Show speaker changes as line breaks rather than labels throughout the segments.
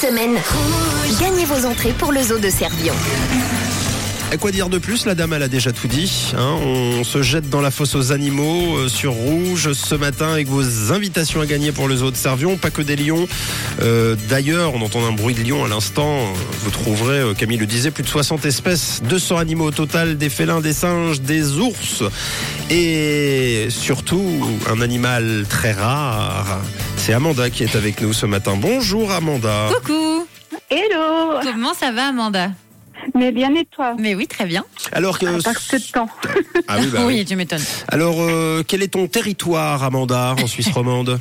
semaine, gagnez vos entrées pour le zoo de Servion.
Et quoi dire de plus La dame, elle a déjà tout dit. hein. On se jette dans la fosse aux animaux euh, sur Rouge ce matin avec vos invitations à gagner pour le zoo de Servion. Pas que des lions. Euh, D'ailleurs, on entend un bruit de lion à l'instant. Vous trouverez, euh, Camille le disait, plus de 60 espèces, 200 animaux au total, des félins, des singes, des ours. Et surtout, un animal très rare. C'est Amanda qui est avec nous ce matin. Bonjour Amanda.
Coucou
Hello
Comment ça va Amanda
Mais bien et toi
Mais oui, très bien.
Alors que...
À part ce temps.
Ah oui, bah oui.
tu m'étonnes.
Alors, euh, quel est ton territoire, Amanda, en Suisse romande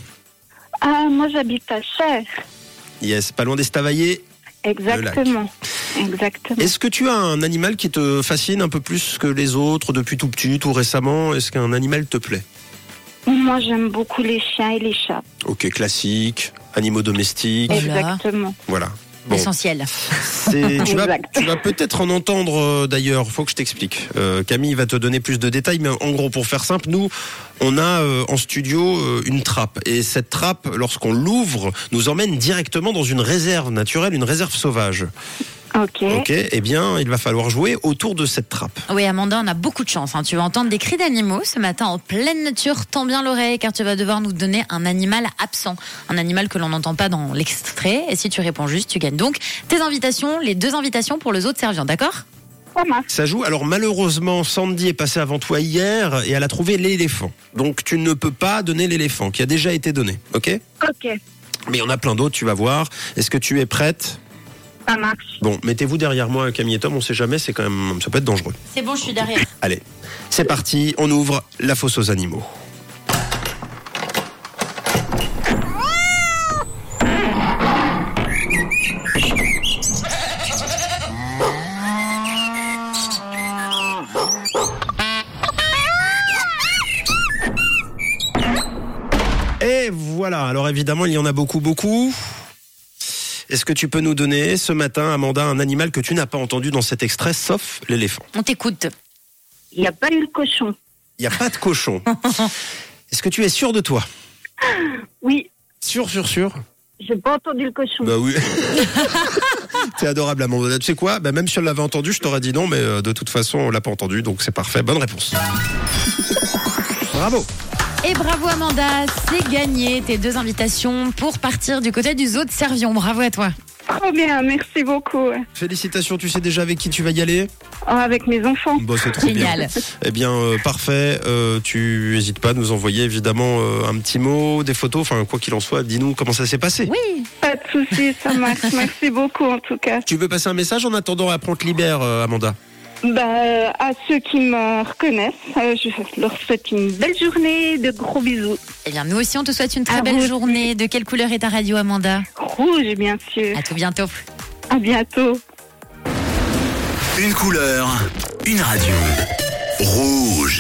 Ah, moi j'habite à Cher.
Yes, pas loin d'Estavayer.
Exactement. Exactement.
Est-ce que tu as un animal qui te fascine un peu plus que les autres depuis tout petit, tout récemment Est-ce qu'un animal te plaît
Moi j'aime beaucoup les chiens et les chats.
Ok, classique, animaux domestiques,
Voilà.
Exactement.
voilà. Bon,
Essentiel.
c'est- tu vas,
Exact.
tu vas peut-être en entendre euh, d'ailleurs, faut que je t'explique. Euh, Camille va te donner plus de détails, mais en gros, pour faire simple, nous, on a euh, en studio euh, une trappe. Et cette trappe, lorsqu'on l'ouvre, nous emmène directement dans une réserve naturelle, une réserve sauvage.
Ok.
Ok, eh bien, il va falloir jouer autour de cette trappe.
Oui, Amanda, on a beaucoup de chance. hein. Tu vas entendre des cris d'animaux ce matin en pleine nature. Tends bien l'oreille car tu vas devoir nous donner un animal absent. Un animal que l'on n'entend pas dans l'extrait. Et si tu réponds juste, tu gagnes donc tes invitations, les deux invitations pour le zoo de Servian, d'accord
Ça marche.
Ça joue. Alors, malheureusement, Sandy est passée avant toi hier et elle a trouvé l'éléphant. Donc, tu ne peux pas donner l'éléphant qui a déjà été donné. Ok
Ok.
Mais il y en a plein d'autres, tu vas voir. Est-ce que tu es prête
Ça marche.
Bon, mettez-vous derrière moi, Camille et Tom, on sait jamais, c'est quand même. Ça peut être dangereux.
C'est bon, je suis derrière.
Allez, c'est parti, on ouvre la fosse aux animaux. Et voilà, alors évidemment, il y en a beaucoup, beaucoup. Est-ce que tu peux nous donner ce matin, Amanda, un animal que tu n'as pas entendu dans cet extrait, sauf l'éléphant
On t'écoute.
Il n'y a pas eu le cochon.
il n'y a pas de cochon. Est-ce que tu es sûr de toi
Oui,
Sûr, sûr, sûr.
j'ai pas entendu le cochon.
Bah oui. c'est adorable, Amanda. Tu sais quoi bah, Même si on l'avait entendu, je t'aurais dit non, mais euh, de toute façon, on l'a pas entendu, donc c'est parfait. Bonne réponse. Bravo.
Et bravo Amanda, c'est gagné tes deux invitations pour partir du côté du zoo de Servion. Bravo à toi.
Trop bien, merci beaucoup.
Félicitations, tu sais déjà avec qui tu vas y aller
Oh, avec mes enfants.
Bon, c'est trop bien.
Génial.
Eh bien, euh, parfait. Euh, tu hésites pas à nous envoyer évidemment euh, un petit mot, des photos, enfin quoi qu'il en soit, dis-nous comment ça s'est passé.
Oui.
Pas de soucis, ça marche. merci beaucoup en tout cas.
Tu veux passer un message en attendant après on te libère, euh, Amanda
Bah, euh, à ceux qui me reconnaissent, euh, je leur souhaite une belle journée, de gros bisous.
Eh bien, nous aussi, on te souhaite une très
À vous
belle
aussi.
journée. De quelle couleur est ta radio, Amanda
Rouge, bien sûr.
À tout bientôt.
À bientôt.
Une couleur, une radio. Rouge.